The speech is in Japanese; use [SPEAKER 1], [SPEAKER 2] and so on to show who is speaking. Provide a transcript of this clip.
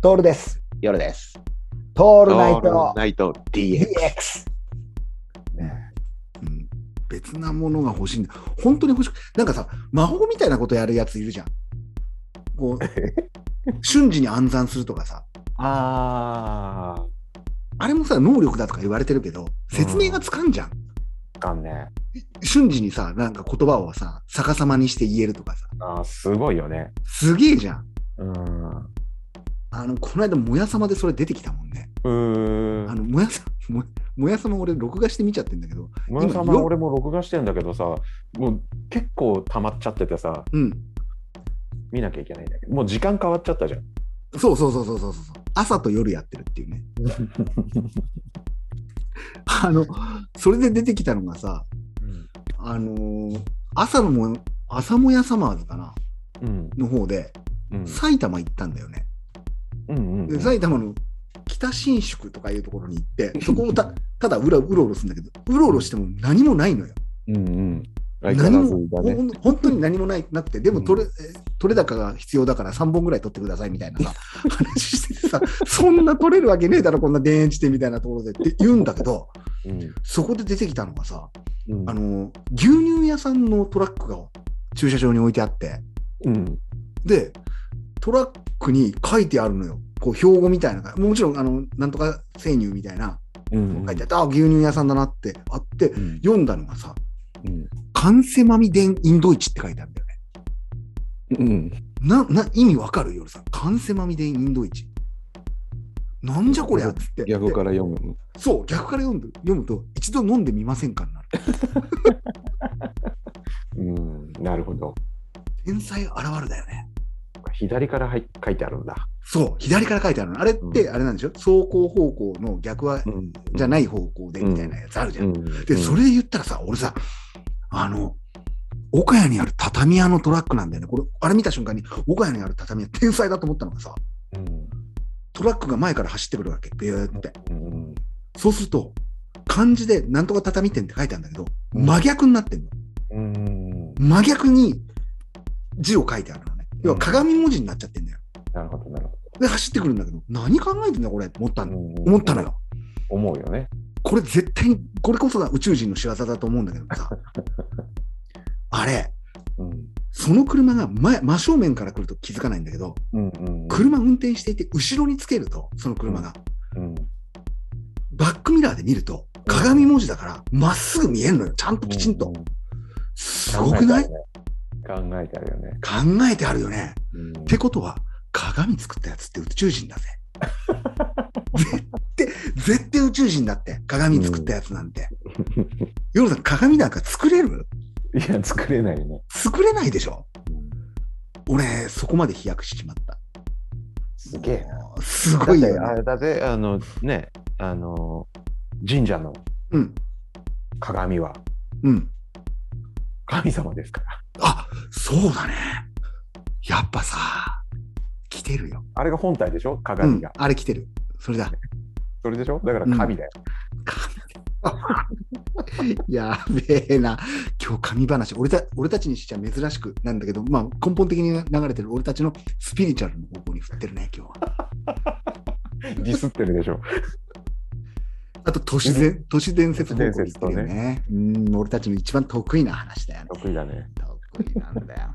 [SPEAKER 1] トールです。
[SPEAKER 2] 夜です。
[SPEAKER 1] ト
[SPEAKER 2] オ
[SPEAKER 1] ールナイト
[SPEAKER 2] ナイト DX。
[SPEAKER 1] DX。
[SPEAKER 3] うん別なものが欲しいんだ。本当に欲しく、なんかさ、魔法みたいなことやるやついるじゃん。こう、 瞬時に暗算するとかさ、
[SPEAKER 2] ああ、
[SPEAKER 3] あれもさ、能力だとか言われてるけど、説明がつかんじゃん。
[SPEAKER 2] あかんね。
[SPEAKER 3] 瞬時にさ、なんか言葉をさ、逆さまにして言えるとかさ、
[SPEAKER 2] あーすごいよね。
[SPEAKER 3] すげえじゃん。
[SPEAKER 2] うん。う
[SPEAKER 3] あの、この間、もやさまでそれ出てきたもんね。
[SPEAKER 2] ー
[SPEAKER 3] あ
[SPEAKER 2] ん。
[SPEAKER 3] の、もやさ、ももやさま俺録画して見ちゃってんだけど、
[SPEAKER 2] もやさ
[SPEAKER 3] 今
[SPEAKER 2] ま
[SPEAKER 3] よ
[SPEAKER 2] 俺も録画してんだけどさ、もう結構溜まっちゃっててさ、
[SPEAKER 3] うん。
[SPEAKER 2] 見なきゃいけないんだけど、もう時間変わっちゃったじゃん。
[SPEAKER 3] そうそうそうそうそうそう。朝と夜やってるって いうね。あの、それで出てきたのがさ、あのー朝のも、朝もやサマーズかな
[SPEAKER 2] うん。
[SPEAKER 3] の方で、
[SPEAKER 2] うん。
[SPEAKER 3] 埼玉行ったんだよね。
[SPEAKER 2] うん。う
[SPEAKER 3] で
[SPEAKER 2] ん。
[SPEAKER 3] 埼玉の北新宿とかいうところに行って、そこをたただうらうろうろするんだけど、うろうろしても何もないのよ。
[SPEAKER 2] うんうん。相変わ
[SPEAKER 3] 何
[SPEAKER 2] ら
[SPEAKER 3] も、
[SPEAKER 2] ずだ
[SPEAKER 3] ほ
[SPEAKER 2] ね。
[SPEAKER 3] ん本当に何もないなって、でも取れ、え取れ高が必要だから3本ぐらい取ってくださいみたいなさ、 話しててさ、そんな取れるわけねえだろ、こんな田園地点みたいなところでって言うんだけど、そこで出てきたのがさ、
[SPEAKER 2] うん
[SPEAKER 3] あの牛乳屋さんのトラックが駐車場に置いてあって
[SPEAKER 2] うん。
[SPEAKER 3] でトラックに書いてあるのよこう標語みたいなもちろんあのなんとか生乳みたいな
[SPEAKER 2] うん。
[SPEAKER 3] 書いてあって、あ牛乳屋さんだなってあって
[SPEAKER 2] うん。
[SPEAKER 3] 読んだのがさ
[SPEAKER 2] うん。
[SPEAKER 3] 「カンセマミデンインドイチ」って書いてあるんだよね。
[SPEAKER 2] うん。
[SPEAKER 3] なな意味わかる夜さん「カンセマミデンインドイチ」。なんじゃこりゃっつって
[SPEAKER 2] 逆から読む。
[SPEAKER 3] そう逆から読んで読むと一度飲んでみませんかになる
[SPEAKER 2] うん。なるほど。
[SPEAKER 3] 天才現るだよね。
[SPEAKER 2] 左からはい書いてあるんだ。
[SPEAKER 3] そう、左から書いてあるの。あれっ
[SPEAKER 2] う
[SPEAKER 3] て、あれなんでしょ、走行方向の逆は、
[SPEAKER 2] うん。
[SPEAKER 3] じゃない方向でみたいなやつあるじゃん。
[SPEAKER 2] うん。
[SPEAKER 3] で、それで言ったらさ、俺さ、あの、岡谷にある畳屋のトラックなんだよね。これ、あれ見た瞬間に、岡谷にある畳屋、天才だと思ったのがさ、
[SPEAKER 2] うん。
[SPEAKER 3] トラックが前から走ってくるわけ、ビューって。
[SPEAKER 2] うん。
[SPEAKER 3] そうすると、漢字で、なんとか畳店って書いてあるんだけど、真逆になってんの。
[SPEAKER 2] うん。
[SPEAKER 3] 真逆に字を書いてあるのね。要は鏡文字になっちゃってんだよ。
[SPEAKER 2] なるほど、なるほ
[SPEAKER 3] で、走ってくるんだけど、何考えてんだ、これって思った
[SPEAKER 2] ど。
[SPEAKER 3] の。思ったのよ。
[SPEAKER 2] 思うよね。
[SPEAKER 3] これ絶対に、これこそが宇宙人の仕業だと思うんだけど さ。あれ、
[SPEAKER 2] うん。
[SPEAKER 3] その車が前真正面から来ると気づかないんだけど、
[SPEAKER 2] うんうん。
[SPEAKER 3] 車運転していて後ろにつけると、その車が、
[SPEAKER 2] うん。
[SPEAKER 3] バックミラーで見ると、鏡文字だから、まっすぐ見えるのよ。ちゃんときちんと
[SPEAKER 2] う。う。
[SPEAKER 3] すごくない考
[SPEAKER 2] 考えてあるよね。
[SPEAKER 3] えてあるよね。
[SPEAKER 2] 考
[SPEAKER 3] ってことは、鏡作ったやつって宇宙人だぜ。絶対、絶対宇宙人だって。鏡作ったやつなんて。
[SPEAKER 2] えてあるよね
[SPEAKER 3] ヨルさん、鏡なんか作れる
[SPEAKER 2] いや、作れないよね。
[SPEAKER 3] 作れないでしょ
[SPEAKER 2] うん
[SPEAKER 3] 俺、そこまで飛躍しちまった。
[SPEAKER 2] すげえな。
[SPEAKER 3] もうすごいよ、
[SPEAKER 2] だってあ
[SPEAKER 3] ね。
[SPEAKER 2] れだぜ、あの、ね、あの、神社の
[SPEAKER 3] うん。
[SPEAKER 2] 鏡は
[SPEAKER 3] うん。
[SPEAKER 2] 神様ですから。
[SPEAKER 3] あ、そうだね。やっぱさ、来てるよ。
[SPEAKER 2] あれが本体でしょ
[SPEAKER 3] う
[SPEAKER 2] 鏡
[SPEAKER 3] ん
[SPEAKER 2] が。。
[SPEAKER 3] あれ来てる。それだ。
[SPEAKER 2] それでしょだから神だよ。
[SPEAKER 3] やべえな。今日神話。俺た俺たちにしちゃ珍しくなんだけど、まあ根本的に流れてる俺たちのスピリチュアルの方向に振ってるね、今日は。
[SPEAKER 2] ディスってるでしょ。
[SPEAKER 3] あと都市伝、都市伝説方向に振ってるよ
[SPEAKER 2] 都市
[SPEAKER 3] ね。うん、俺たちの一番得意な話だよね。
[SPEAKER 2] 得意だね。
[SPEAKER 3] 得意なんだよ。